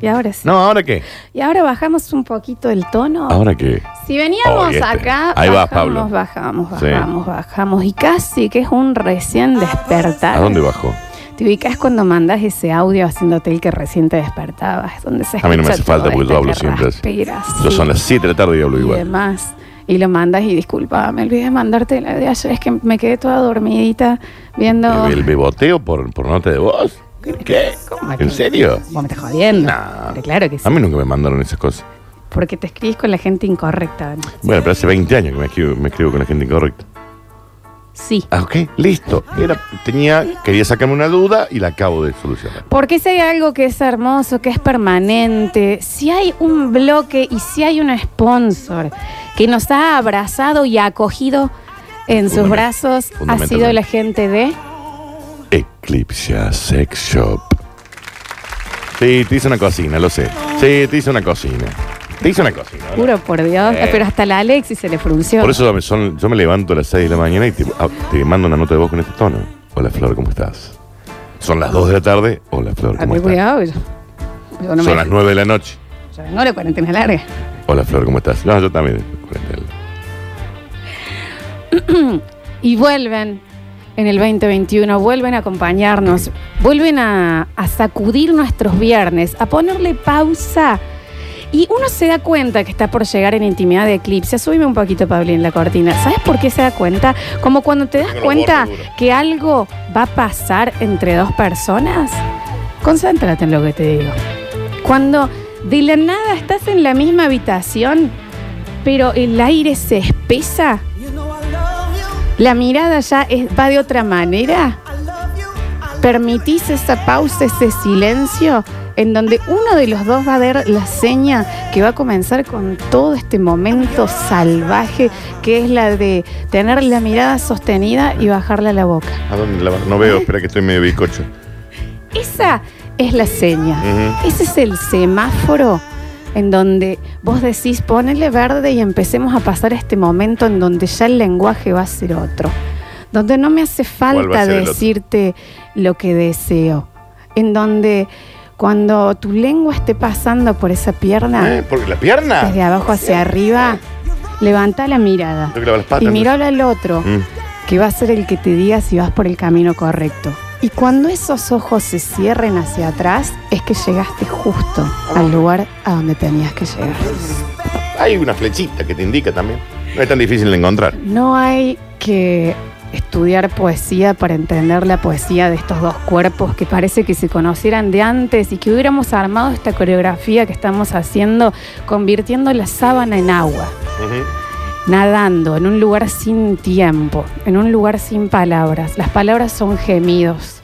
Y ahora sí. No, ¿ahora qué? Y ahora bajamos un poquito el tono. ¿Ahora qué? Si veníamos Oh, y este. acá, Ahí bajamos, vas, Pablo. bajamos, Sí. bajamos, bajamos. Y casi que es un recién despertar. ¿A dónde bajó? Te ubicas cuando mandas ese audio haciéndote el que recién te despertabas. Donde se A mí no me escucha hace falta todo porque este yo hablo que siempre así. respiras, Yo sí, son las 7 de la tarde y hablo y igual. demás. Y lo mandas y disculpa, me olvidé de mandarte la de ayer. Es que me quedé toda dormidita viendo. El, el beboteo por, por nota de voz. ¿Qué? ¿Cómo que- ¿En serio? Vos me estás jodiendo. No. Pero Claro que sí. A mí nunca me mandaron esas cosas. Porque te escribís con la gente incorrecta. además. Bueno, pero hace 20 años que me escribo, me escribo con la gente incorrecta. Sí. Ah, ok, listo. Era, tenía, quería sacarme una duda y la acabo de solucionar. Porque si hay algo que es hermoso, que es permanente, si hay un bloque y si hay un sponsor que nos ha abrazado y acogido en sus Fundament- brazos, ha fundamentalmente. sido la gente de... Eclipse Sex Shop. Sí, te hice una cocina, lo sé. Sí, te hice una cocina. Te hice una cocina. ¿verdad? Juro por Dios, Eh. pero hasta la Alexis se le frunció. Por eso me- son- yo me levanto a las 6 de la mañana y te, ah, te mando una nota de voz con este tono. Hola Flor, ¿cómo estás? Son las 2 de la tarde. Hola Flor, Ah, ¿cómo ten estás? cuidado, yo, yo no me- Son las 9 de la noche. yo vengo de cuarentena larga. Hola Flor, ¿cómo estás? No, yo también. cuarentena. Y vuelven en el 2021, vuelven a acompañarnos, vuelven a, a sacudir nuestros viernes, a ponerle pausa. Y uno se da cuenta que está por llegar en intimidad de eclipse. Subime un poquito, Pablín, la cortina. ¿Sabes por qué se da cuenta? Como cuando te das Tengo los cuenta bordes duros. que algo va a pasar entre dos personas. Concéntrate en lo que te digo. Cuando de la nada estás en la misma habitación, pero el aire se espesa. La mirada ya es- va de otra manera. Permitís esa pausa, ese silencio, en donde uno de los dos va a ver la seña que va a comenzar con todo este momento salvaje, que es la de tener la mirada sostenida y bajarla a la boca. ¿A dónde la va- No veo, espera que estoy medio bizcocho. Esa es la seña. Ujú. Ese es el semáforo en donde vos decís ponele verde y empecemos a pasar a este momento en donde ya el lenguaje va a ser otro. Donde no me hace va a falta ser el otro? decirte lo que deseo. En donde cuando tu lengua esté pasando por esa pierna, Eh, ¿Porque la pierna? desde abajo hacia arriba, levanta la mirada Yo que lavo las patas. y ¿no? mirala al otro Mm. que va a ser el que te diga si vas por el camino correcto. Y cuando esos ojos se cierren hacia atrás, es que llegaste justo al lugar a donde tenías que llegar. Hay una flechita que te indica también. No es tan difícil de encontrar. No hay que estudiar poesía para entender la poesía de estos dos cuerpos que parece que se conocieran de antes y que hubiéramos armado esta coreografía que estamos haciendo convirtiendo la sábana en agua. Ujú. nadando en un lugar sin tiempo, en un lugar sin palabras. Las palabras son gemidos.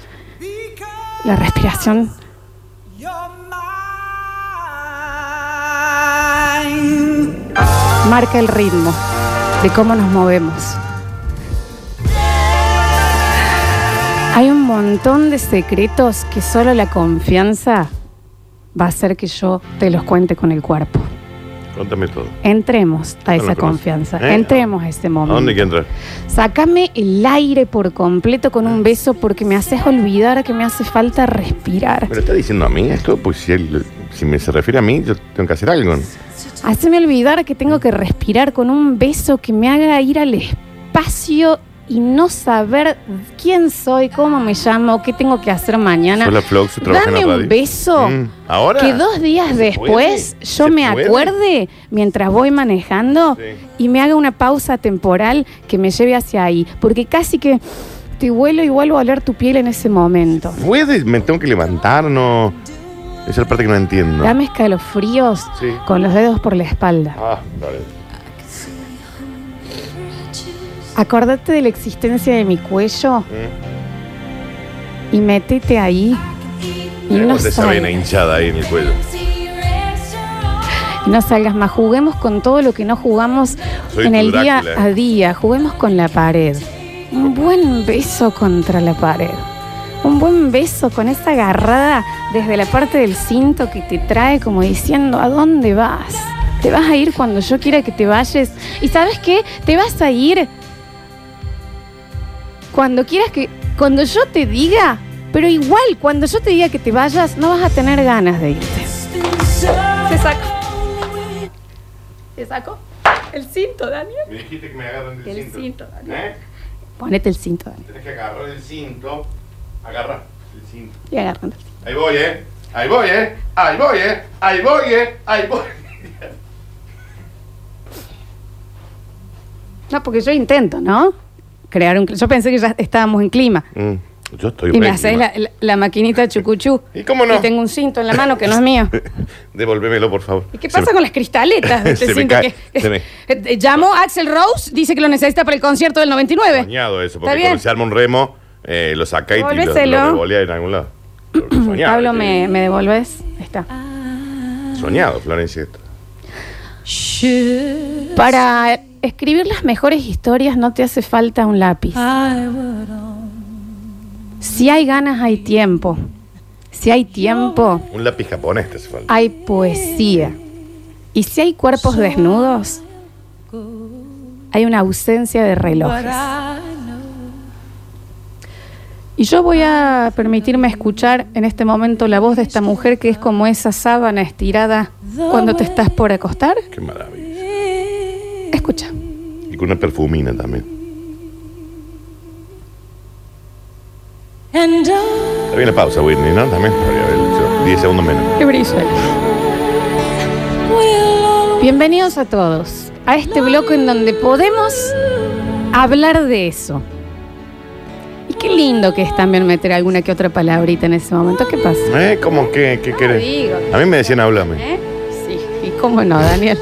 La respiración marca el ritmo de cómo nos movemos. Hay un montón de secretos que solo la confianza va a hacer que yo te los cuente con el cuerpo. Contame todo. Entremos a esa No lo conozco. confianza, ¿Eh? entremos a ese ¿A momento. dónde hay que entrar? Sácame el aire por completo con un beso porque me haces olvidar que me hace falta respirar. ¿Me lo está diciendo a mí esto? Pues si, él- si me se refiere a mí, yo tengo que hacer algo. Haceme olvidar que tengo que respirar con un beso que me haga ir al espacio y no saber quién soy, cómo me llamo, qué tengo que hacer mañana. Sola Flox trabaja en Dame la un radio. beso. Mm. ¿Ahora? Que dos días ¿Se después puede? yo ¿Se me puede? acuerde mientras voy manejando Sí. y me haga una pausa temporal que me lleve hacia ahí. Porque casi que te vuelo y vuelvo a oler tu piel en ese momento. ¿Puede? ¿Me tengo que levantar? No. Esa es la parte que no entiendo. Dame escalofríos Sí. con los dedos por la espalda. Ah, vale. Acordate de la existencia de mi cuello Mm. y métete ahí. Y no, Tenemos esa vena salgas, hinchada ahí en el cuello. y no salgas más. Juguemos con todo lo que no jugamos Soy en tu el día Drácula. a día. Juguemos con la pared. Un buen beso contra la pared. Un buen beso con esa agarrada desde la parte del cinto que te trae como diciendo, ¿a dónde vas? Te vas a ir cuando yo quiera que te vayas. ¿Y sabes qué? Te vas a ir cuando quieras que... Cuando yo te diga, pero igual, cuando yo te diga que te vayas, no vas a tener ganas de irte. Te saco. Te saco el cinto, Daniel. Me dijiste que me agarran El del cinto. cinto, Daniel. ¿Eh? Ponete el cinto, Daniel. Tenés que agarrar el cinto. Agarra el cinto. Y agarrando el cinto. Ahí voy, eh. Ahí voy, eh. Ahí voy, eh. Ahí voy, eh. Ahí voy. No, porque yo intento, ¿no? Crear un. cli- Yo pensé que ya estábamos en clima. Mm, yo estoy Y me re haces encima. la, la- la maquinita chucuchú. ¿Y cómo no? Y tengo un cinto en la mano que no es mío. Devolvémelo, por favor. ¿Y qué Se pasa me- con las cristaletas? de este Se me cinto cae, que- se me- Eh, Llamó Axel Rose, dice que lo necesita para el concierto del 99. Soñado eso, Está porque bien. cuando se arma un remo, eh, lo saca y lo, lo Devolvéselo. revolea en algún lado. Lo que soñaba, Pablo, que- ¿me, me devolves? Ahí está. Soñado, Florencia. esto. Para escribir las mejores historias no te hace falta un lápiz. Si hay ganas, hay tiempo. Si hay tiempo, Un lápiz japonés te hace falta. hay poesía. Y si hay cuerpos desnudos, hay una ausencia de relojes. Y yo voy a permitirme escuchar en este momento la voz de esta mujer que es como esa sábana estirada cuando te estás por acostar. Qué maravilla. Escucha. Y con una perfumina también. And I Está bien la pausa, Whitney, ¿no? También podría haber hecho 10 segundos menos. Qué brillo. will Bienvenidos a todos a este bloque en donde podemos hablar de eso. Y qué lindo que es también meter alguna que otra palabrita en ese momento. ¿Qué pasa? ¿Eh? ¿Cómo? ¿Qué, qué querés? digo. A mí me decían, háblame. ¿Eh? Sí, y cómo no, Daniel.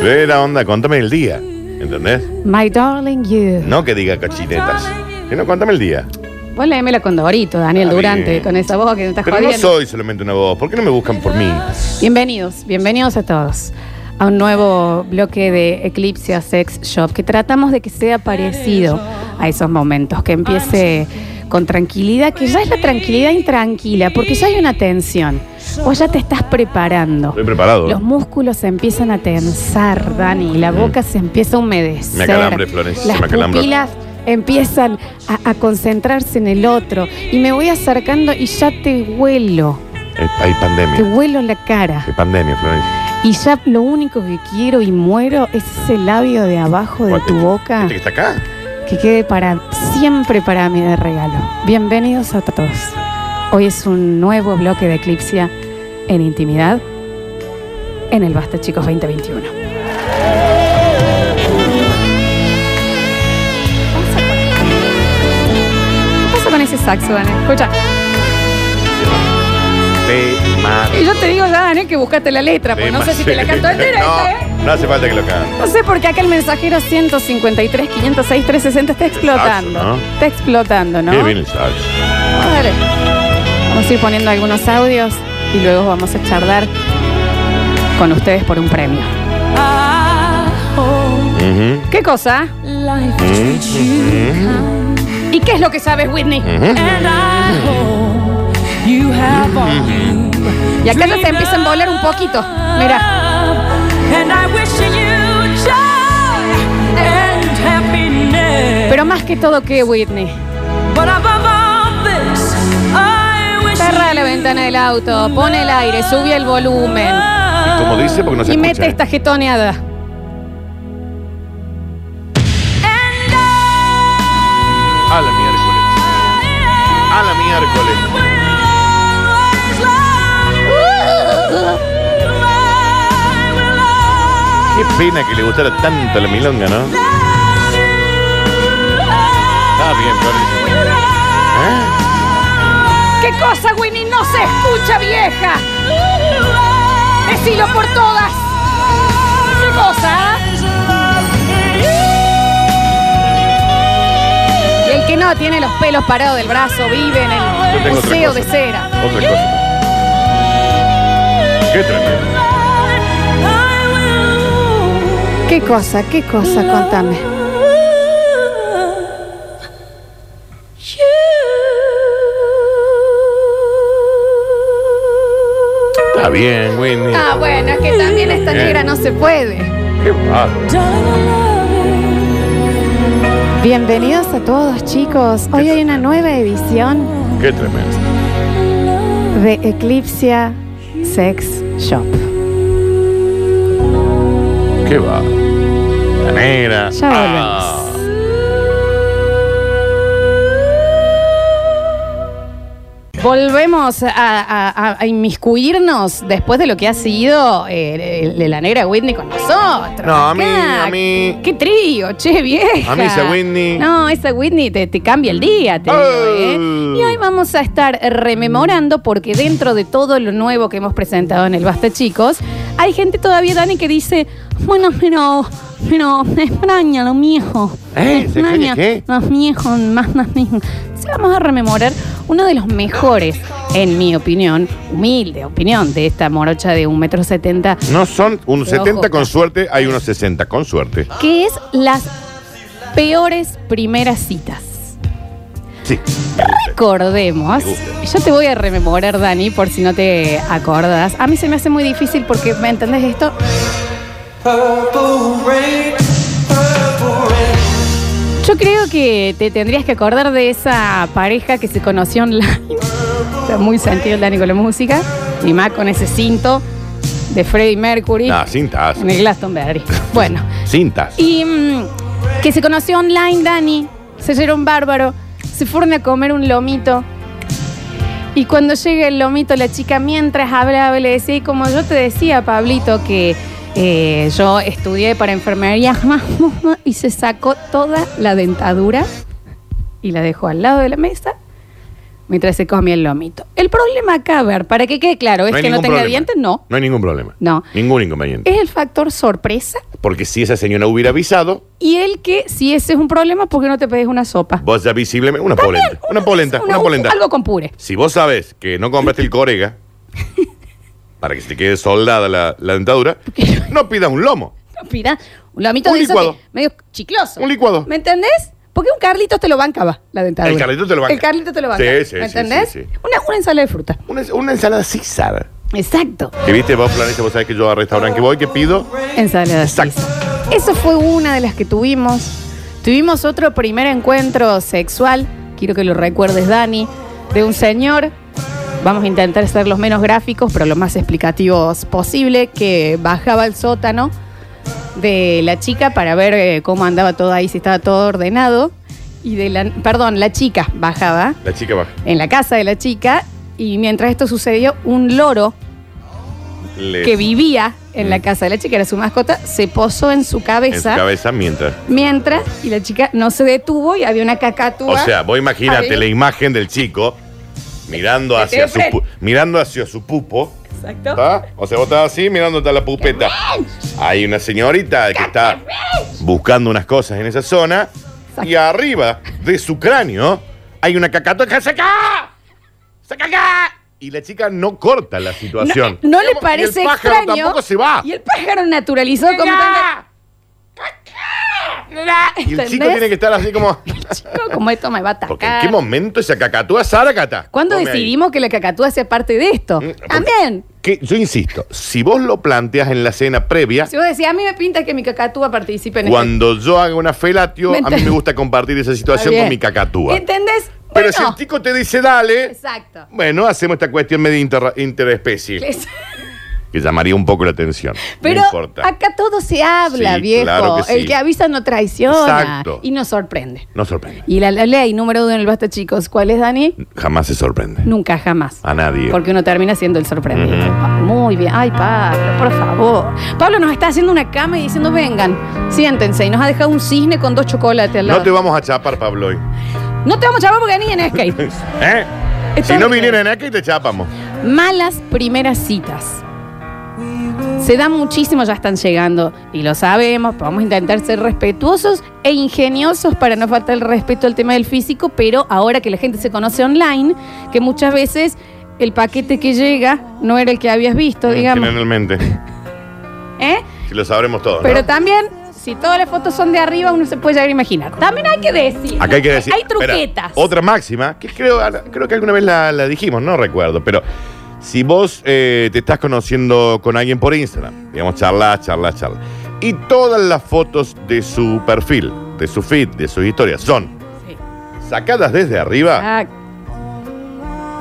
Pero era onda, contame el día. ¿Entendés? My darling you. No que diga cochinetas. Sino contame el día. Vos léemela con Dorito, Daniel Está Durante, bien. con esa voz que me estás Pero no jodiendo. soy solamente una voz. ¿Por qué no me buscan por mí? Bienvenidos, bienvenidos a todos a un nuevo bloque de Eclipse Sex Shop que tratamos de que sea parecido a esos momentos, que empiece con tranquilidad, que ya es la tranquilidad intranquila, porque ya hay una tensión. Vos ya te estás preparando. Estoy preparado. Los músculos se empiezan a tensar, Dani, la boca se empieza a humedecer. Mm. Me acalambre, Florencia, Las me acalambre. pupilas empiezan a, a concentrarse en el otro y me voy acercando y ya te huelo, Eh, Hay te pandemia. huelo la cara. Hay pandemia, Florencia. Y ya lo único que quiero y muero es ese labio de abajo de tu boca ¿Este que está acá? que quede para siempre para mí de regalo. Bienvenidos a todos. Hoy es un nuevo bloque de Eclipsia en intimidad en el Basta Chicos 2021. ¿Qué pasa con ese saxo, Dani? Escucha, Te mato. y yo te digo ya, Dani, que buscaste la letra, porque pues, no sé si te la canto entera. esta, ¿eh? No, no hace falta que lo cante. No sé por qué acá el mensajero 153, 506, 360 está explotando. Saxo, Ah, ¿no? Está explotando, ¿no? Qué bien el sax. Madre. Vamos a ir poniendo algunos audios y luego vamos a charlar con ustedes por un premio. I hope Ujú, ¿Qué cosa? life treats you kind. ¿Y qué es lo que sabes, Whitney? ujú. And I hope you have all you Y acá ya se empiezan a volar un poquito. Mira. have. And I wish you joy and happiness. Pero más que todo, ¿qué, Whitney? But above all this, I wish Cerra la you ventana del auto, pone el aire, sube el volumen love. Como dice, porque no se y escucha. mete esta jetoneada. And I A la miércoles. A la miércoles. will always love you. I will always Qué pena que le gustara tanto la milonga, ¿no? Está bien, Florencia. ¿Eh? ¿Qué cosa, Winnie? No se escucha, vieja. Decilo por todas. ¿Qué cosa? Y el que no tiene los pelos parados del brazo vive en Yo el tengo otra museo cosa. de cera. Otra cosa. Qué tremendo. ¿Qué cosa? ¿Qué cosa? Contame. Está bien, Winnie. Ah, bueno, es que también esta Bien. negra no se puede. Qué bárbaro. Bienvenidos a todos, chicos. Hoy hay una nueva edición Qué tremendo. de Eclipsia Sex Shop. ¿Qué va? La negra. Ya Ah. Volvemos a, a- a- a inmiscuirnos después de lo que ha sido eh, el- el- la negra Whitney con nosotros. No, a mí, Acá. a mí. Qué trío, che, vieja. A mí esa Whitney. No, esa Whitney te, te cambia el día, te digo, Oh. ¿eh? Y hoy vamos a estar rememorando porque dentro de todo lo nuevo que hemos presentado en el Basta Chicos, hay gente todavía, Dani, que dice, bueno, pero, pero me extraña lo viejo. ¿Eh? Me ¿Se extraña qué? Los viejos, más los viejos. Sí, vamos a rememorar uno de los mejores, en mi opinión, humilde opinión de esta morocha de un metro setenta, No son un Pero 70 ojo. con suerte, hay unos 60 con suerte. que es las peores primeras citas. Sí. Recordemos, Me gusta. yo te voy a rememorar, Dani, por si no te acordás. A mí se me hace muy difícil porque, ¿me entendés esto? Yo creo que te tendrías que acordar de esa pareja que se conoció online. Está muy sentido el Dani con la música. Y más con ese cinto de Freddie Mercury No, cintas. en el Glastonbury. Bueno. Cintas. Y mm, que se conoció online, Dani. Se dieron bárbaro. Se fueron a comer un lomito. Y cuando llega el lomito, la chica mientras hablaba le decía, y como yo te decía, Pablito, que eh, yo estudié para enfermería y se sacó toda la dentadura y la dejó al lado de la mesa mientras se comía el lomito. El problema acá, a ver, para que quede claro, es hay que no ningún tenga problema. dientes, no. No hay ningún problema. No. Eh. Ningún inconveniente. Es el factor sorpresa Porque si esa señora hubiera avisado, Y el que, si ese es un problema, ¿por qué no te pedís una sopa? vos ya visiblemente. Una polenta. Una polenta. Una un- polenta. Algo con puré. Si vos sabes que no compraste el corega para que se te quede soldada la, la dentadura, no pidas un lomo. Mira, un lomito Un de eso licuado. que- medio chicloso. Un licuado. ¿Me entendés? Porque un Carlitos te lo bancaba, la dentadura. El Carlitos te lo banca. El Carlitos te lo banca. Sí, sí, ¿Me sí, entendés? sí, sí. Una, una ensalada de fruta. Una, una ensalada César. Exacto. Que viste, vos Florencia, vos sabés que yo al restaurante que voy, que pido. Ensalada de Exacto. César. Eso fue una de las que tuvimos. Tuvimos otro primer encuentro sexual, quiero que lo recuerdes, Dani, de un señor. Vamos a intentar ser los menos gráficos, pero lo más explicativos posible, que bajaba al sótano de la chica para ver eh, cómo andaba todo ahí, si estaba todo ordenado. Y de la, perdón, la chica bajaba La chica baja. en la casa de la chica y mientras esto sucedió, un loro Le- que vivía en la Mm. casa de la chica, era su mascota, se posó en su en su cabeza, cabeza mientras. mientras y la chica no se detuvo y había una cacatúa. O sea, vos imagínate Ahí. la imagen del chico mirando Que te hacia su, ofre- pu- mirando hacia su pupo. Exacto. ¿tá? O sea, vos estás así mirándote a la pupeta. Hay una señorita que está buscando unas cosas en esa zona. Y arriba de su cráneo hay una cacatoca. ¡Saca! ¡Saca acá! Y la chica no corta la situación. No, no le Digamos, parece y el pájaro extraño. tampoco se va. Y el pájaro naturalizó como ¡Saca! Y el chico tiene que estar así como. como esto me va a atacar. Porque en qué momento esa cacatúa zaracata. Ah. ¿Cuándo Come ahí. decidimos que la cacatúa sea parte de esto? Mm, porque- También. Que, yo insisto, si vos lo planteas en la cena previa, Si vos decís, a mí me pinta que mi cacatúa participe en este- cuando yo hago una felatio, Me a mí ent- me gusta compartir esa Está situación con bien. mi cacatúa. ¿Entendés? Pero Bueno, si el chico te dice dale, Exacto. bueno, hacemos esta cuestión medio inter- interespecie, Les- que llamaría un poco la atención. Pero no importa. acá todo se habla, Sí, viejo. claro que sí. El que avisa no traiciona Exacto. y nos sorprende. No sorprende. Y la, la ley número uno en el basta, chicos, ¿cuál es, Dani? Jamás se sorprende. Nunca, jamás. A nadie. Porque uno termina siendo el sorprendido. Ah, Ah, Ujú. Muy bien. Ay, Pablo, por favor. Pablo nos está haciendo una cama y diciendo, vengan, siéntense. Y nos ha dejado un cisne con dos chocolates al lado. No te vamos a chapar, Pablo. hoy. No te vamos a llamar porque ni en skate. ¿Eh? Está Si no bien. vinieran aquí, te chapamos. Malas primeras citas. Se da muchísimo, ya están llegando y lo sabemos. pero Vamos a intentar ser respetuosos e ingeniosos para no faltar el respeto al tema del físico, pero ahora que la gente se conoce online, que muchas veces el paquete que llega no era el que habías visto, digamos. Generalmente. ¿Eh? Si lo sabremos todos. Pero ¿no? también, si todas las fotos son de arriba, uno se puede llegar a imaginar. También hay que decir. Acá hay que decir. Hay espera, truquetas. otra máxima, que creo, creo que alguna vez la, la dijimos, no recuerdo, pero si vos eh, te estás conociendo con alguien por Instagram, digamos, charla, charla, charla, y todas las fotos de su perfil, de su feed, de sus historias, son Sí. sacadas desde arriba, Ah.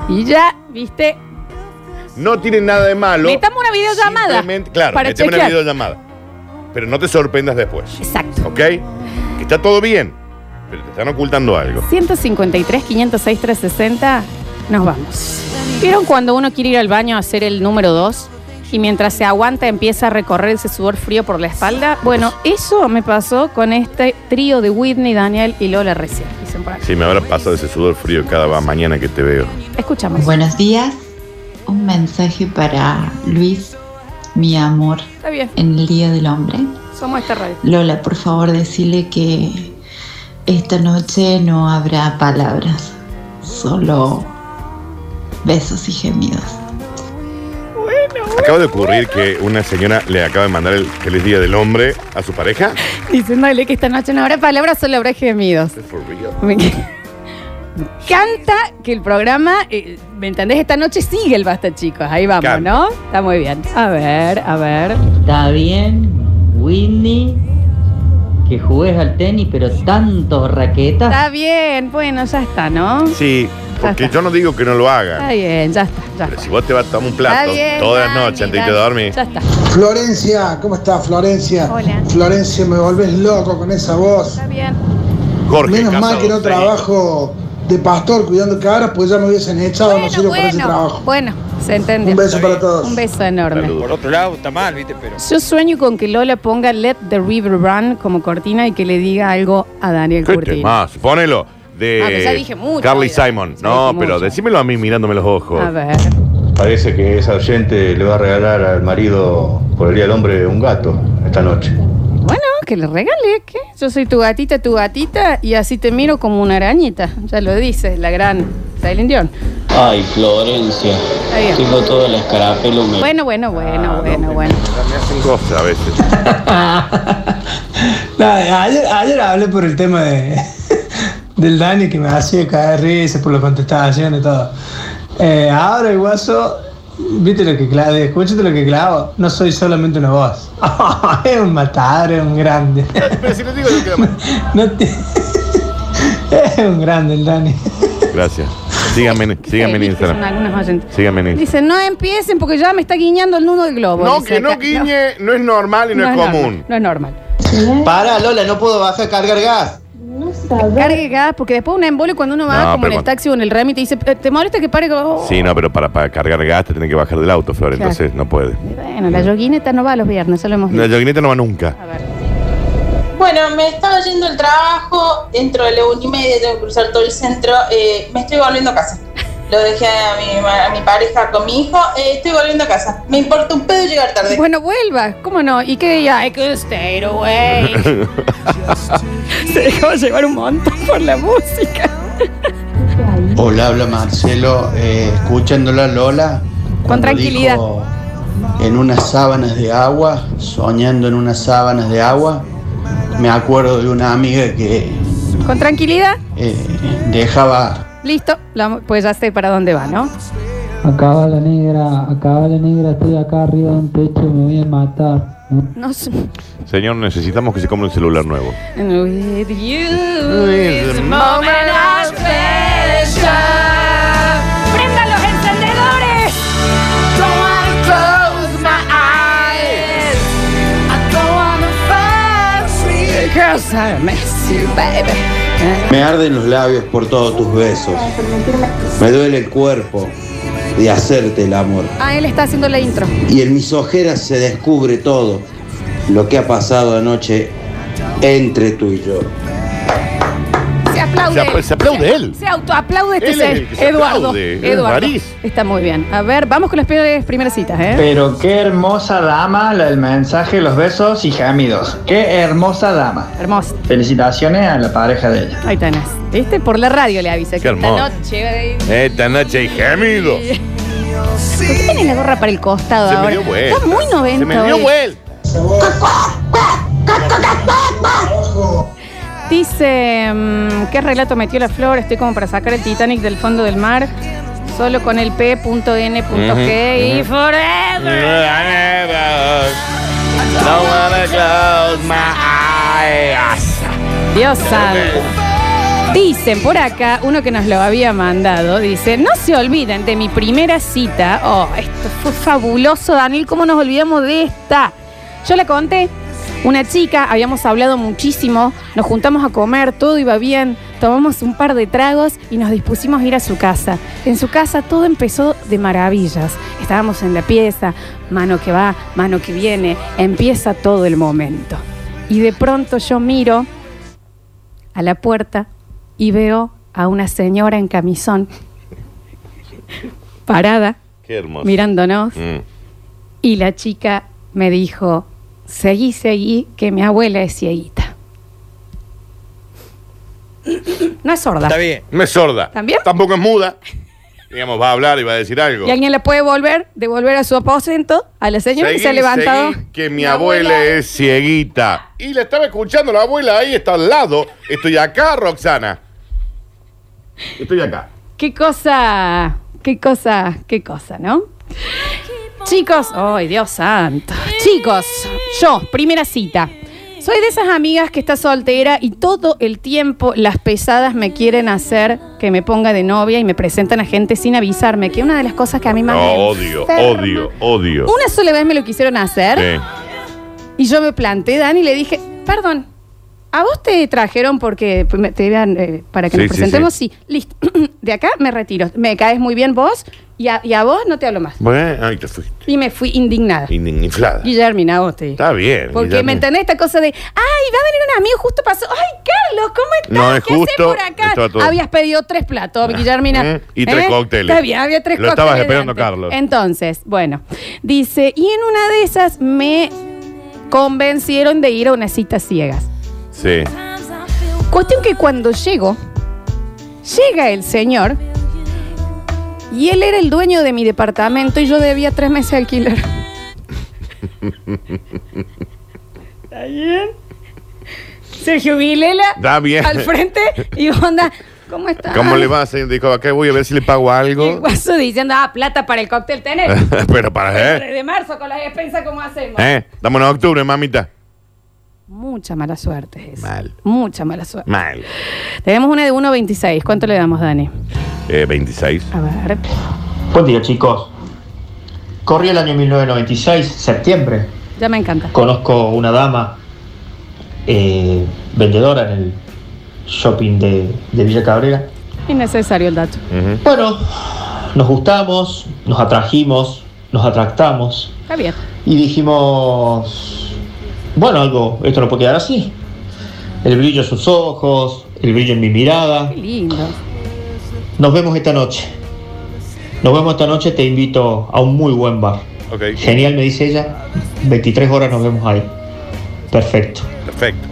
Y ya, viste. No tiene nada de malo. Metamos una videollamada Simplemente- Claro, para meteme una chequear. videollamada. Pero no te sorprendas después. Exacto. ¿Ok? Que está todo bien, pero te están ocultando algo. 153, 506, 360, nos vamos. ¿Vieron cuando uno quiere ir al baño a hacer el número 2 y mientras se aguanta empieza a recorrer ese sudor frío por la espalda? Bueno, eso me pasó con este trío de Whitney, Daniel y Lola recién. Dicen por acá. Sí, me habrá pasado ese sudor frío cada va- mañana que te veo. Escuchamos. Buenos días. Un mensaje para Luis, mi amor, Está bien, en el Día del Hombre. somos esta radio. Lola, por favor, decirle que esta noche no habrá palabras, solo besos y gemidos. Acaba de ocurrir que una señora le acaba de mandar el feliz día del hombre a su pareja. Diciéndole que esta noche no habrá palabras, solo habrá gemidos. For real. Me enc- me encanta que el programa, eh, ¿me entendés? Esta noche sigue el Basta, chicos. Ahí vamos, Cambia. ¿no? Está muy bien. A ver, a ver. Está bien, Whitney, que juegues al tenis, pero tantos raquetas. Está bien, bueno, ya está, ¿no? Sí, porque Ajá. yo no digo que no lo Está hagan. bien, ya está, ya Pero está. si vos te vas a tomar un Está plato bien, todas las Dani, noches antes Dani, de irte a dormir. Ya está. Florencia, ¿cómo estás, Florencia? Hola. Florencia, me volvés loco con esa voz. Está bien. Jorge, Menos casado, mal que no sí. trabajo de pastor cuidando cabras, pues ya me hubiesen echado, no Bueno, sirvo para ese bueno, trabajo. bueno, se entiende. Un beso para todos. Un beso enorme. Saludos. Por otro lado, está mal, ¿viste? Pero. Yo sueño con que Lola ponga Let the River Run como cortina y que le diga algo a Daniel ¿Qué te Curtino. más? Ponelo. Ah, que ya De dije mucho, Carly ya. Simon. Sí, No, dije pero mucho. decímelo a mí mirándome los ojos. A ver. Parece que esa oyente le va a regalar al marido por el Día del Hombre un gato esta noche. Bueno, que le regale, ¿qué? Yo soy tu gatita, tu gatita, y así te miro como una arañita. Ya lo dice la gran Celine Dion. Ay, Florencia, Está bien. tengo todo el escarapelo. me- Bueno, Ah, bueno, bueno, bueno, bueno. Me hacen cosas a veces. Nada, ayer, ayer hablé por el tema de, del Dani que me hacía caer risa por las contestaciones y todo. Eh, ahora el guaso, viste lo que clavo, escúchate lo que clavo, no soy solamente una voz. es un matador, es un grande. pero si lo digo, yo quedo mal. No te- es un grande el Dani. Gracias. Síganme, síganme en Feliz que son Instagram. algunos oyentes. Síganme en Instagram. Dice, no empiecen porque ya me está guiñando el nudo del globo. No, dice que no acá. guiñe, no es normal y no, es normal, común. no es normal. Para, Lola, no puedo bajar a cargar gas. Cargue gas, porque después un embolio cuando uno va No, como pero en el cuando- taxi o en el remi te dice, "Eh, ¿te molesta que pare? Oh. Sí, no, pero para, para cargar gas te tienen que bajar del auto, Flor, Claro. entonces no puede. Bueno, la yoguineta no va los viernes, ya lo hemos La visto. yoguineta no va nunca. A ver. Bueno, me estaba yendo el trabajo, dentro de la una y media tengo que cruzar todo el centro, eh, me estoy volviendo a casa. Lo dejé a mi, ma- a mi pareja con mi hijo, eh, estoy volviendo a casa. Me importa un pedo llegar tarde. Bueno, vuelva, ¿cómo no? ¿Y qué día? I could stay away. Se dejaba llevar un montón por la música. Hola, habla Marcelo, eh, escuchándola Lola. Con cuando tranquilidad. dijo, en unas sábanas de agua, soñando en unas sábanas de agua, me acuerdo de una amiga que Con tranquilidad, eh, dejaba listo, la- pues ya sé para dónde va, ¿no? Acaba la negra, acaba la negra, estoy acá arriba de un techo, me voy a matar. No sé. Señor, necesitamos que se compre un celular nuevo. With you With is a the moment of pleasure. ¡Prenda los encendedores! Don't wanna close my eyes. I don't wanna fall asleep. Because I miss you, baby. Me arden los labios por todos tus besos. Me duele el cuerpo de hacerte el amor. Ah, él está haciendo la intro. Y en mis ojeras se descubre todo lo que ha pasado anoche entre tú y yo. Se aplaude. Se apl- se aplaude él. Se autoaplaude este Él es el ser. que se Eduardo. aplaude, es Eduardo. nariz. Está muy bien. A ver, vamos con las primeras, primeras citas, ¿eh? Pero qué hermosa dama, la del mensaje, los besos y gemidos. Qué hermosa dama. Hermoso. Felicitaciones a la pareja de ella. Ahí tenés. ¿Viste? Por la radio le avisa. que hermoso. Esta noche. eh, Esta noche hay gemidos. ¿Por qué tenés la gorra para el costado Se me ahora? dio vuelta. Está muy 90 Se me dio hoy. vuelta. Esa voz. Trabajo. Dice, mm, ¿qué relato metió la flor? Estoy como para sacar el Titanic del fondo del mar. Solo con el p.n.g y forever. Don't wanna close my eyes. Dios santo. Dicen por acá, uno que nos lo había mandado, dice, no se olviden de mi primera cita. Oh, esto fue fabuloso, Daniel, ¿cómo nos olvidamos de esta? Yo la conté, una chica, habíamos hablado muchísimo, nos juntamos a comer, todo iba bien, tomamos un par de tragos y nos dispusimos a ir a su casa. En su casa todo empezó de maravillas. Estábamos en la pieza, mano que va, mano que viene, empieza todo el momento. Y de pronto yo miro a la puerta y veo a una señora en camisón parada, Qué hermoso. mirándonos. Mm. Y la chica me dijo, seguí, seguí, que mi abuela es cieguita. No es sorda. Está bien. No es sorda. ¿También? Tampoco es muda. Digamos, va a hablar y va a decir algo. Y alguien la puede volver, devolver a su aposento, a la señora que Seguí, se ha levantado. seguí, que mi, abuela, es cieguita. Y la estaba escuchando la abuela ahí, está al lado. Estoy acá, Roxana. Estoy acá. Qué cosa, qué cosa, qué cosa, ¿no? Chicos, ay Dios santo. Chicos, yo, primera cita. Soy de esas amigas que está soltera y todo el tiempo las pesadas me quieren hacer que me ponga de novia y me presentan a gente sin avisarme, que una de las cosas que a mí más No, me odio, enferma. odio, odio. Una sola vez me lo quisieron hacer. Sí. Y yo me planté, Dani, y le dije, perdón, ¿a vos te trajeron porque me- te vean, eh, para que nos Sí, sí, presentemos? Sí, listo. De acá me retiro. Me caes muy bien vos y a, y a vos no te hablo más. Bueno, ahí te fuiste. Y me fui indignada. in- Inflada. Guillermina, vos te- Está bien. Porque Guillermo. me entendés esta cosa de, ay, va a venir un amigo, justo pasó. Ay, Carlos, ¿cómo estás? No, es ¿Qué haces justo, por acá? estaba todo- Habías pedido tres platos, Guillermina. ¿Eh? Mm, y tres cócteles. Está bien, había tres Lo cócteles. estabas esperando, antes. Carlos. Entonces, bueno, dice, y en una de esas me convencieron de ir a unas citas ciegas. Sí. Cuestión que cuando llego, llega el señor y él era el dueño de mi departamento y yo debía tres meses de alquiler. ¿Está bien? Sergio Vilela Está bien. al frente y onda, ¿cómo está? ¿Cómo le va a hacer? Dijo, acá voy a ver si le pago algo. Guaso diciendo, ah, plata para el cóctel tenés. Pero para, ¿eh? De marzo con las expensas, ¿cómo hacemos? ¿Eh? Dámonos a octubre, mamita. Mucha mala suerte es. Mal. Mucha mala suerte. Mal. Tenemos una de 1.26. ¿Cuánto le damos, Dani? Eh, 26. A ver. Buen día, chicos. Corría el año 1996, septiembre. Ya me encanta. Conozco una dama eh, vendedora en el shopping de, de Villa Cabrera. Innecesario el dato. Bueno, nos gustamos, nos atrajimos, nos atractamos Está bien. y dijimos, bueno, algo, esto no puede quedar así. El brillo en sus ojos, el brillo en mi mirada. Qué lindo. Nos vemos esta noche. Nos vemos esta noche, te invito a un muy buen bar. Ok. Genial, me dice ella. 23 horas nos vemos ahí. Perfecto. Perfecto.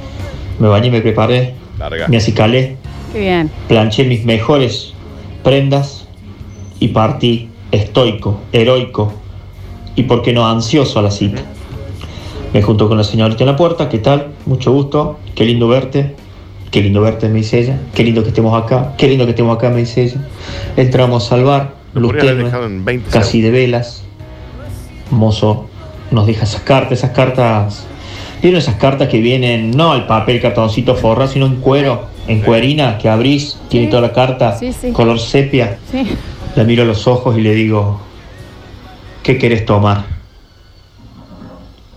Me bañé, me preparé, Larga. me acicalé, Qué bien. planché mis mejores prendas y partí estoico, heroico y, por qué no, ansioso a la cita. Me junto con la señorita en la puerta, ¿qué tal? Mucho gusto, qué lindo verte, qué lindo verte, me dice ella, qué lindo que estemos acá, qué lindo que estemos acá, me dice ella. Entramos al bar, Lo luz podrían haber tenue, dejado en 20 casi de velas. Mozo nos deja esas cartas, esas cartas. Vieron esas cartas que vienen, no al papel cartoncito forra, sino en cuero, en cuerina, que abrís, tiene toda la carta, Sí, sí. color sepia. Sí. La miro a los ojos y le digo, ¿qué querés tomar?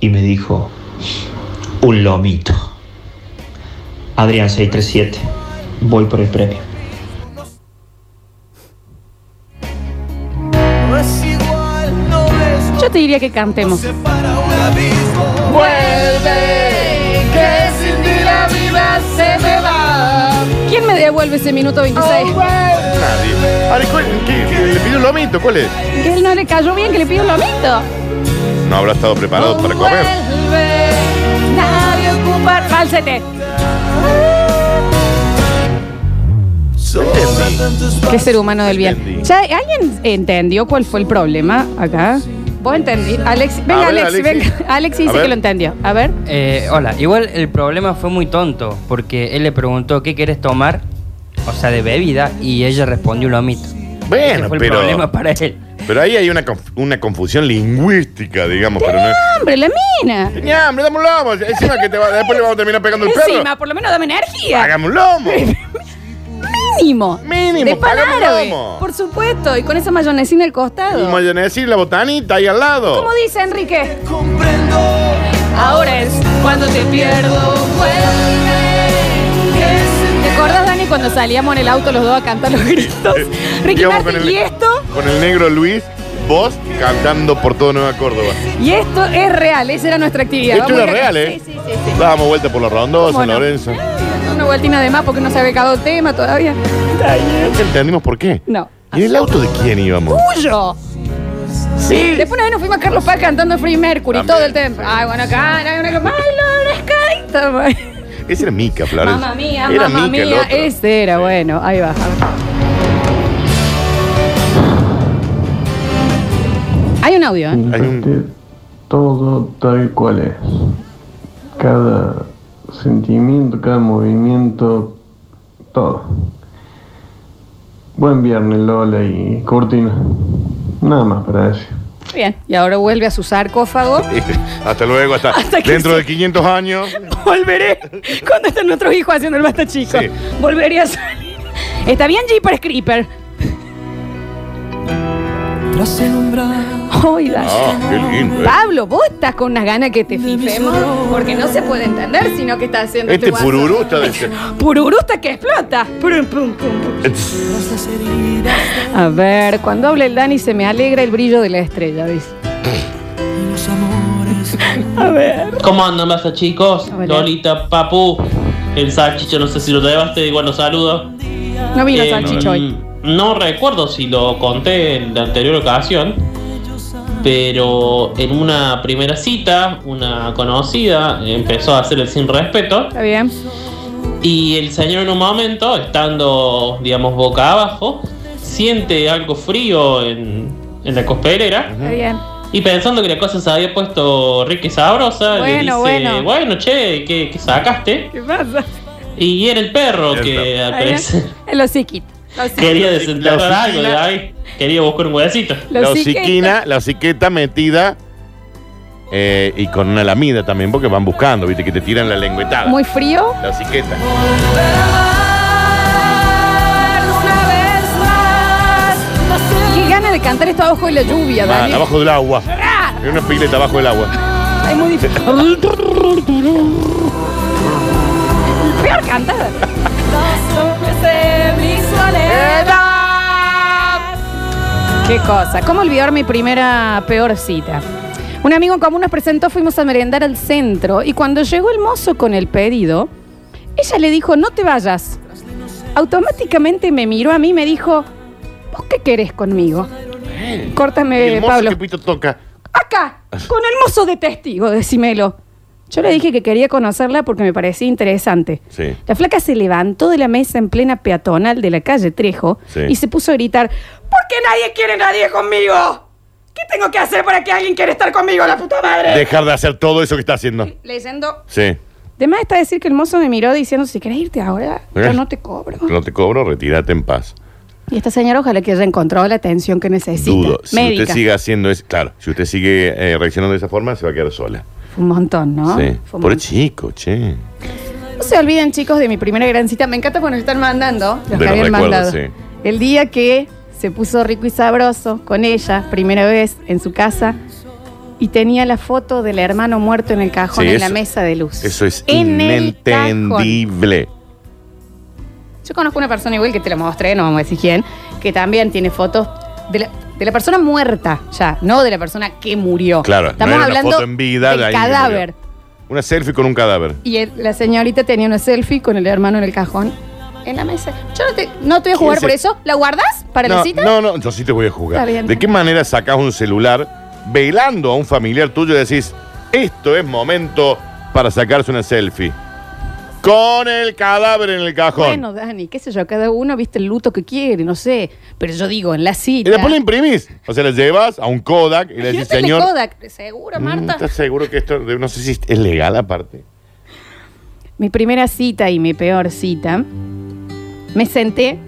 Y me dijo, un lomito. Adrián 637, voy por el premio. Yo te diría que cantemos. Vuelve, que sin ti la vida se me va. Oh, ¿Quién me devuelve ese minuto 26? Nadie. Ahora, ¿cuál- qué- qué- ¿Le pidió un lomito? ¿Cuál es? Que él no le cayó bien, que le pido un lomito. No habrá estado preparado para comer. Vuelve, nadie ocupa. Falsete. Qué ser humano del bien. Ya, ¿Alguien entendió cuál fue el problema acá? ¿Vos entendí? Alex, venga, A ver, Alex, Alexis. venga. Alex A dice ver. que lo entendió. A ver. Eh, hola, igual el problema fue muy tonto, porque él le preguntó qué quieres tomar, o sea, de bebida, y ella respondió un lomito. Ese Bueno, fue el pero. problema para él. Pero ahí hay una, conf- una confusión lingüística, digamos. Pero no es- ¡Hombre, la mina! Tenía hambre, dame un lomo. Encima que te va, después le vamos a terminar pegando el perro. Encima, por lo menos dame energía. Hagamos un lomo. Mínimo. Mínimo, De pan pagame árabe. lomo. Por supuesto. Y con esa mayonesina al Y costado. mayonesa y la botanita ahí al lado. Como dice Enrique. Ahora es cuando te pierdo, vuelve. ¿Te acordás, Dani, cuando salíamos en el auto los dos a cantar los gritos? Ricky Íbamos Martin, Eh, con el- ¿y esto? Con el negro Luis, vos cantando por toda Nueva Córdoba. Y esto es real, esa era nuestra actividad. Esto Vamos a era ir a- real, ¿eh? Sí, sí, sí, sí. Dábamos vuelta por la ronda, ¿Cómo San no? Lorenzo. Una vueltina de más porque no se había acabado el tema todavía. Nunca entendimos por qué. No. ¿Y en el auto de quién íbamos? ¡Tuyo! Sí. Después una vez nos fuimos a Carlos Paz cantando Free Mercury todo el tiempo. Ay, bueno, cara, hay una que baila Sky. Ese era Mica, Florencia. Mamma mía, era mamma Mica el mía. otro. Ese era, bueno, ahí va. Hay un audio, Mm. ¿eh? Repetir todo tal cual es. Cada sentimiento, cada movimiento, todo. Buen viernes, Lola y Cortina. Nada más para decir. Bien. Y ahora vuelve a su sarcófago. hasta luego, hasta, Hasta que dentro se- de 500 años. Volveré. Cuando están nuestros hijos haciendo el basta chico. Volveré a salir. Está bien, Jeepers Creeper. Ay, Dani. Ah, qué lindo. eh. Pablo, vos estás con unas ganas que te fijemos porque no se puede entender sino que está haciendo Este WhatsApp. pururú está de... Pururusta que explota. Prum, pum, pum, pum. A ver, cuando habla el Dani se me alegra el brillo de la estrella, dice. A ver. ¿Cómo andan, masa chicos? Lolita, papu. El salchicho, no sé si lo llevaste, igual los saludo. No vino Eh, Salchicho hoy. No recuerdo si lo conté en la anterior ocasión, pero en una primera cita, una conocida empezó a hacer el sin respeto. Está bien. Y el señor en un momento, estando, digamos, boca abajo, siente algo frío en, en la cospelera. Está bien. Y pensando que la cosa se había puesto rica y sabrosa, le Ah, dice, Bueno, bueno. bueno, che, ¿qué, qué sacaste? ¿Qué pasa? Y era el perro que al Ahí parecer va. El hociquito. El hociquito. quería desenterrar La algo de hociquita. ahí. Quería buscar un huesito. La hociquina, la hociqueta metida eh, y con una lamida también, porque van buscando, viste, que te tiran la lengüetada. Muy frío. La hociqueta. Qué gana de cantar esto abajo de la lluvia, Man, Dani. Ah, Ah, abajo del agua. En una pileta abajo del agua. Es muy difícil. Peor cantada. Qué cosa. ¿Cómo olvidar mi primera peor cita? Un amigo en común nos presentó, fuimos a merendar al centro y cuando llegó el mozo con el pedido, ella le dijo, no te vayas. Automáticamente me miró a mí y me dijo, ¿vos qué querés conmigo? Córtame, el mozo Pablo. que pito toca. Acá, con el mozo de testigo, decímelo. Yo le dije que quería conocerla porque me parecía interesante. Sí. La flaca se levantó de la mesa en plena peatonal de la calle Trejo Sí. y se puso a gritar, ¿por qué nadie quiere a nadie conmigo? ¿Qué tengo que hacer para que alguien quiera estar conmigo, la puta madre? Dejar de hacer todo eso que está haciendo. Leyendo. Sí. De más está decir que el mozo me miró diciendo, si querés irte ahora, yo ¿Eh? no te cobro. No te cobro, retírate en paz. Y esta señora ojalá que haya encontrado la atención que necesita. Dudo. Si Médica. usted sigue haciendo eso, claro, si usted sigue eh, reaccionando de esa forma, se va a quedar sola. Fue un montón, ¿no? Sí. Fue un Por montón. chico, che. No se olviden, chicos, de mi primera gran cita. Me encanta cuando están mandando. Los De que los habían recuerdos, mandado. sí. El día que se puso rico y sabroso con ella, primera vez en su casa, y tenía la foto del hermano muerto en el cajón Sí, en eso- la mesa de luz. Eso es En el inentendible. Yo conozco una persona igual que te la mostré, no vamos a decir quién, que también tiene fotos de la, de la persona muerta ya, no de la persona que murió. Claro, no estamos era una hablando foto en vida de del alguien que cadáver. Una selfie con un cadáver. Y el- la señorita tenía una selfie con el hermano en el cajón en la mesa. Yo no te, no te voy a jugar Sí, sí. por eso. ¿La guardas para no, la cita? No, no, yo sí te voy a Está jugar. bien. ¿De qué manera sacas un celular velando a un familiar tuyo y decís, esto es momento para sacarse una selfie? Con el cadáver en el cajón. Bueno, Dani, qué sé yo, cada uno viste el luto que quiere, no sé. Pero yo digo, en la y cita. después lo imprimís. O sea, le llevas a un Kodak y le decís, Imagínate el de señor. Kodak, seguro, mm, Marta. ¿Estás seguro que esto no sé si es legal aparte? Mi primera cita y mi peor cita. Me senté.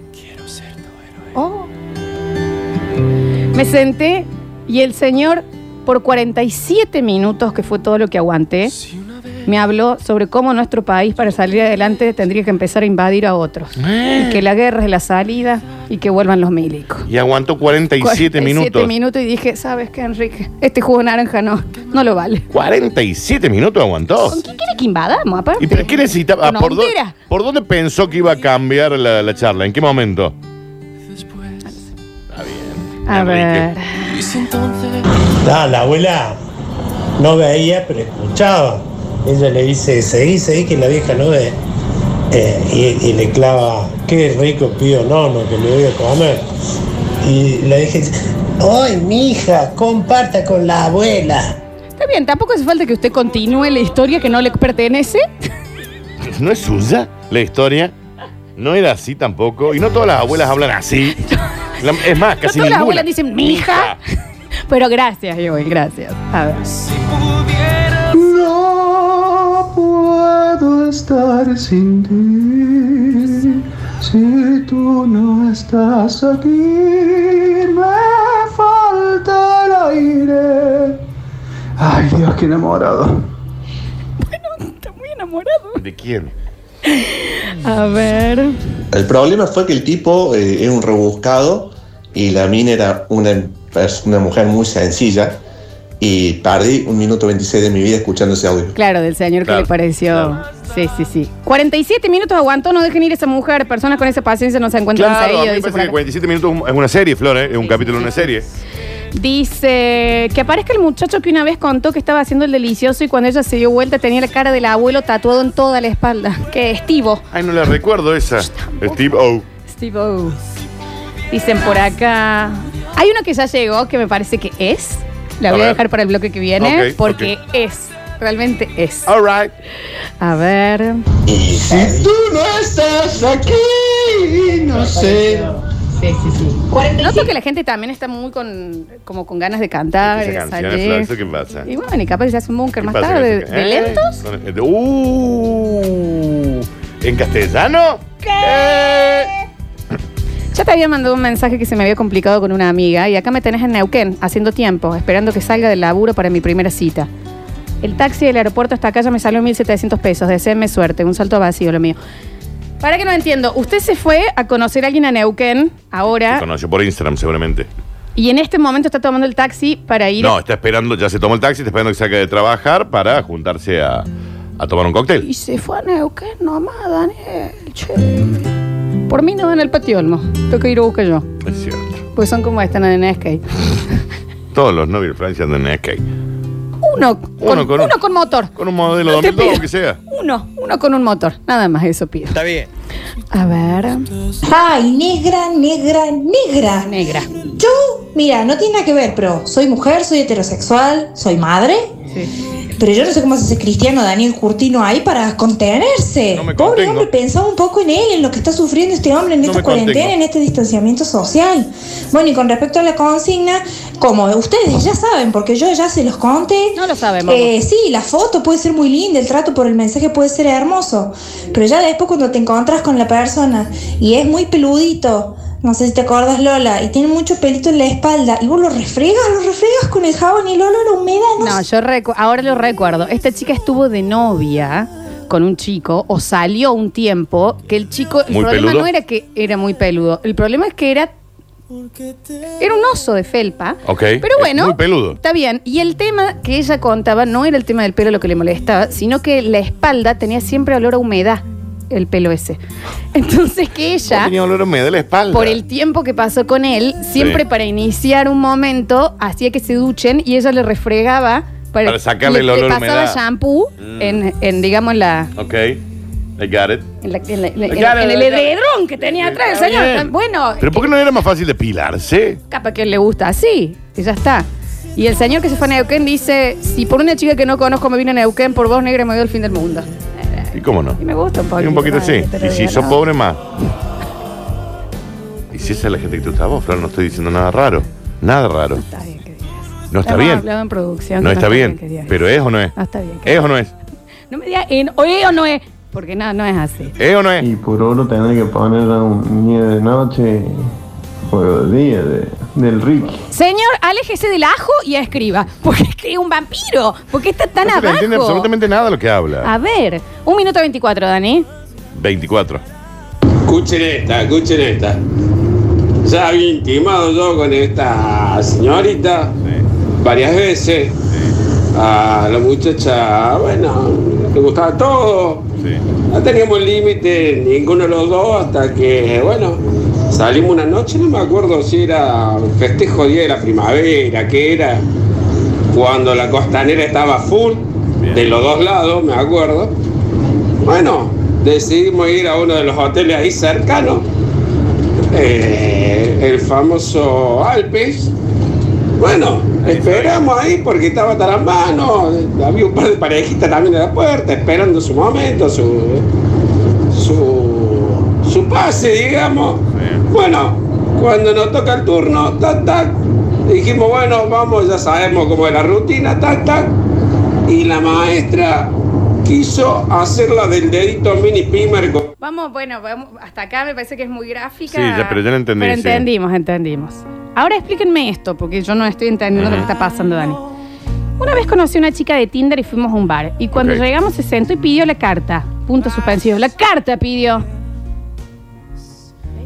Oh. Me senté y el señor, por 47 minutos, que fue todo lo que aguanté, me habló sobre cómo nuestro país para salir adelante tendría que empezar a invadir a otros. Eh. Y que la guerra es la salida y que vuelvan los milicos. Y aguantó 47, 47 minutos. minutos y dije, ¿sabes qué, Enrique? Este jugo de naranja no, no lo vale. 47 minutos aguantó. ¿Con quién quiere que invadamos, aparte? ¿Y pero qué necesitaba? Ah, Con ¿por, dó- Honduras. por dónde pensó que iba a cambiar la, la charla? ¿En qué momento? A ver. Dale, abuela. No veía, pero escuchaba. Ella le dice, seguí, seguí, que la vieja no ve. Eh, y, y le clava, qué rico pío nono que me voy a comer. Y la vieja dice, ¡ay, mija! Comparta con la abuela. Está bien, tampoco hace falta que usted continúe la historia que no le pertenece. ¿No es suya la historia? No era así tampoco. Y no todas las abuelas hablan así. La- es más, No todas las casi ninguna. abuelas dicen, mija. Pero gracias, Joel, gracias. A ver. No puedo estar sin ti. Si tú no estás aquí, me falta el aire. Ay, Dios, qué enamorado. Muy enamorado. ¿De quién? A ver. El problema fue que el tipo eh, era un rebuscado y la mina era una, pers- una mujer muy sencilla y perdí un minuto 26 de mi vida escuchando ese audio. Claro, del señor Claro, que le pareció. Sí, sí, sí. 47 minutos aguantó, no dejen ir esa mujer. Personas con esa paciencia no se encuentran Claro, a mí seguido, me dice por parece que acá. 47 minutos es una serie, Flor, ¿eh? es un capítulo de una serie. Dice que aparezca el muchacho que una vez contó que estaba haciendo el delicioso y cuando ella se dio vuelta tenía la cara del abuelo tatuado en toda la espalda. Que Estivo. Ay, no la recuerdo esa. Steve O. Steve O. Dicen por acá. Hay uno que ya llegó que me parece que es. La A voy a ver. dejar para el bloque que viene Ok, porque es. Realmente es. All right. A ver. Si tú no estás aquí, no sé. Sí, sí, sí. Noto que la gente también está muy con, como con ganas de cantar, Esa de canción es salir. Flor, ¿eso qué pasa? Y bueno, y capaz que se hace un búnker más ¿Qué pasa tarde. con ¿De esa- lento? eh? De- Uh, ¿En castellano? Ya te había mandado un mensaje que se me había complicado con una amiga y acá me tenés en Neuquén, haciendo tiempo, esperando que salga del laburo para mi primera cita. El taxi del aeropuerto hasta acá ya me salió 1.700 pesos. Deseenme suerte, un salto vacío lo mío. Para que no entiendo, usted se fue a conocer a alguien a Neuquén Se ahora conoció por Instagram, seguramente. y en este momento está tomando el taxi para ir. No, está esperando, ya se tomó el taxi, está esperando que se acabe de trabajar para juntarse a, a tomar un cóctel. Y se fue a Neuquén nomás, Daniel. Che. Por mí no van al patio Olmo. Tengo que ir a buscar yo. Es cierto. Pues son como están en skate. Todos los novios de Francia andan en skate. Uno, con, uno, con con, un- motor. Con un modelo No te 2002 pido. o que sea. Uno, uno con un motor. Nada más eso pido. Está bien. A ver. Ay, negra, negra, negra. Negra. Yo, mira, no tiene nada que ver, pero soy mujer, soy heterosexual, soy madre. Pero yo no sé cómo se hace cristiano Daniel Curtino ahí para contenerse. Pobre hombre, pensaba un poco en él, en lo que está sufriendo este hombre en No esta me contengo. cuarentena, en este distanciamiento social. Bueno, y con respecto a la consigna, como ustedes ya saben, porque yo ya se los conté. No lo sabemos. Eh, sí, la foto puede ser muy linda, el trato por el mensaje puede ser hermoso, pero ya después cuando te encontras con la persona y es muy peludito, no sé si te acuerdas Lola, y tiene mucho pelito en la espalda, y vos lo refregas, lo refregas con el jabón y el olor a humedad, no, No, yo recu- ahora lo recuerdo. Esta chica estuvo de novia con un chico o salió un tiempo que el chico. El Muy problema peludo. no era que era muy peludo. El problema es que era. Era un oso de felpa. Ok. Pero Es bueno. muy peludo. Está bien. Y el tema que ella contaba no era el tema del pelo lo que le molestaba, sino que la espalda tenía siempre olor a humedad, el pelo ese. Entonces que ella. Tenía olor a humedad de la espalda. Por el tiempo que pasó con él, siempre Sí. para iniciar un momento, hacía que se duchen y ella le refregaba para, Para sacarle le- el olor Le a pasaba humedad. shampoo Mm. en, en, digamos, la, Ok. I got it. en, la- en la- en la- Claro, en el claro. edredón que tenía atrás Está el señor. bien. Bueno, eh, ¿Pero por qué no era más fácil depilarse? capaz que le gusta así y ya está. Y el señor que se fue a Neuquén dice, si por una chica que no conozco me vine a Neuquén, por vos negra me dio el fin del mundo. ¿Y cómo no? Y me gusta un poquito. Y un poquito más, sí. que te lo Y si diga, sos no. pobre más. Y si esa es la gente que te gusta a vos, Flor, no estoy diciendo nada raro. Nada raro. No está Hemos bien. hablado en producción. No que está que bien. diga. Pero es o no es. No está bien. ¿Es o no es? No me digas en oe o no es, porque no, no es así. ¿Es o no es? Y por oro tener que poner un nieve de noche Juego de día de, del Ricky. Señor, aléjese del ajo y escriba. Porque escribe un vampiro. Porque está tan No se le abajo. entiende absolutamente nada de lo que habla. A ver, un minuto 24, Dani. 24. Escuchen esta, escuchen esta. Ya había intimado yo con esta señorita varias veces. A la muchacha, bueno, le gustaba todo. No teníamos límite ninguno de los dos hasta que, bueno, salimos una noche, no me acuerdo si era festejo día de la primavera, que era cuando la costanera estaba full, de los dos lados, me acuerdo. Bueno, decidimos ir a uno de los hoteles ahí cercanos, eh, el famoso Alpes. Bueno, esperamos ahí porque estaba tan mano, había un par de parejitas también en la puerta, esperando su momento, su, su, su pase, digamos. Bueno, cuando nos toca el turno, tac, tac, dijimos, bueno, vamos, ya sabemos cómo es la rutina, tac, tac. Y la maestra quiso hacerla del dedito mini pimer con Vamos, bueno, vamos, hasta acá me parece que es muy gráfica. Sí, ya, pero ya lo entendí, Pero sí. entendimos, entendimos. Ahora explíquenme esto, porque yo no estoy entendiendo lo Ujú. que está pasando, Dani. Una vez conocí a una chica de Tinder y fuimos a un bar. Y cuando Ok. llegamos se sentó y pidió la carta. Punto suspensivo. La carta pidió. Ahí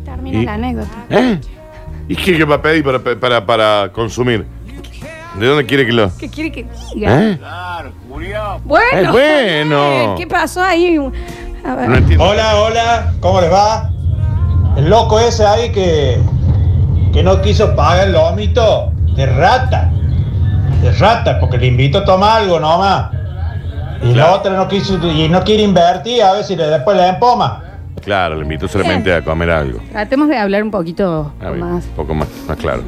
termina ¿Y? la anécdota. ¿Eh? ¿Y qué, qué va a pedir para, para, para consumir? ¿De dónde quiere que lo.? ¿Qué quiere que diga? ¿Eh? Bueno. Eh, bueno. ¿Qué pasó ahí? A ver. Hola, hola, ¿cómo les va? El loco ese ahí que, que no quiso pagar el lomito de rata. De rata, porque le invito a tomar algo nomás. Y la otra no quiso, y no quiere invertir, a ver si le después le empoma. Claro, le invito solamente a comer algo. Tratemos de hablar un poquito A ver, más. Un poco más, más claro.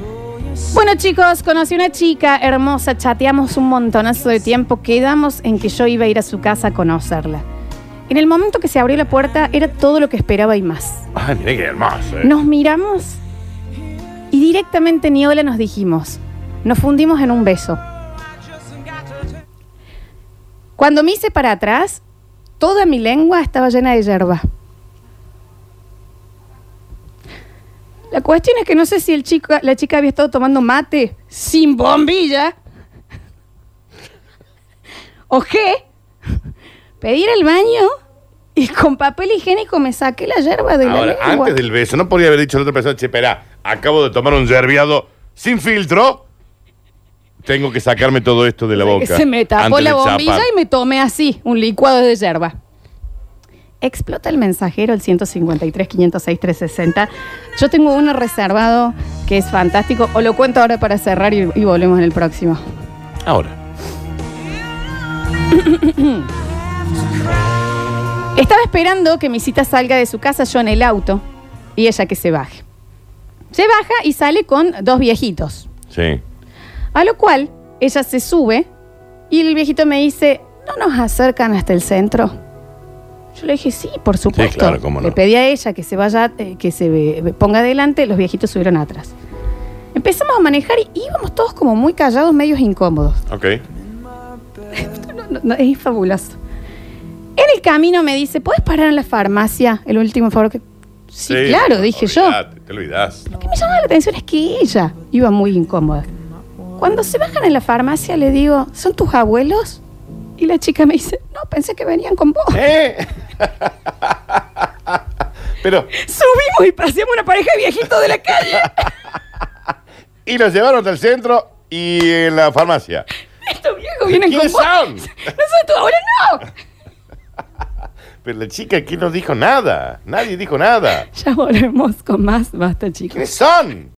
Bueno chicos, conocí una chica hermosa, chateamos un montonazo de tiempo, quedamos en que yo iba a ir a su casa a conocerla. En el momento que se abrió la puerta era todo lo que esperaba y más. Ay, mira qué hermoso. eh. Nos miramos y directamente ni hola nos dijimos. Nos fundimos en un beso. Cuando me hice para atrás, toda mi lengua estaba llena de hierba. La cuestión es que no sé si el chico, la chica había estado tomando mate sin bombilla. O qué. Pedir el baño y con papel higiénico me saqué la hierba de Ahora, la lengua. antes del beso, ¿no podría haber dicho a la otra persona, che, espera, acabo de tomar un yerbiado sin filtro? Tengo que sacarme todo esto de la boca. Se me tapó antes la de bombilla chapar. y me tomé así, un licuado de yerba. Explota el mensajero el 153 506 360. Yo tengo uno reservado que es fantástico. Os lo cuento ahora para cerrar y, y volvemos en el próximo. Ahora. Estaba esperando que mi cita salga de su casa, yo en el auto, y ella que se baje. Se baja y sale con dos viejitos. Sí. A lo cual ella se sube y el viejito me dice, ¿no nos acercan hasta el centro? Yo le dije, sí, por supuesto. claro, cómo no. Le pedí a ella que se vaya, eh, que se eh, ponga adelante, los viejitos subieron atrás. Empezamos a manejar y íbamos todos como muy callados, medios incómodos. Ok. No, no, es fabuloso. En el camino me dice, ¿puedes parar en la farmacia? El último favor que... Sí, claro, dije yo. yo. Te olvidás. Lo que me llamaba la atención es que ella iba muy incómoda. Cuando se bajan en la farmacia le digo, ¿son tus abuelos? Y la chica me dice, no, pensé que venían con ¿Eh? vos. Pero, Subimos y paseamos una pareja de viejitos de la calle. y los llevaron hasta el centro y en la farmacia. Estos viejos vienen con ¿Quiénes vos. son? No son tus abuelos, no. Pero la chica aquí no dijo nada. Nadie dijo nada. Ya volvemos con más, basta chicos. ¿Quiénes son?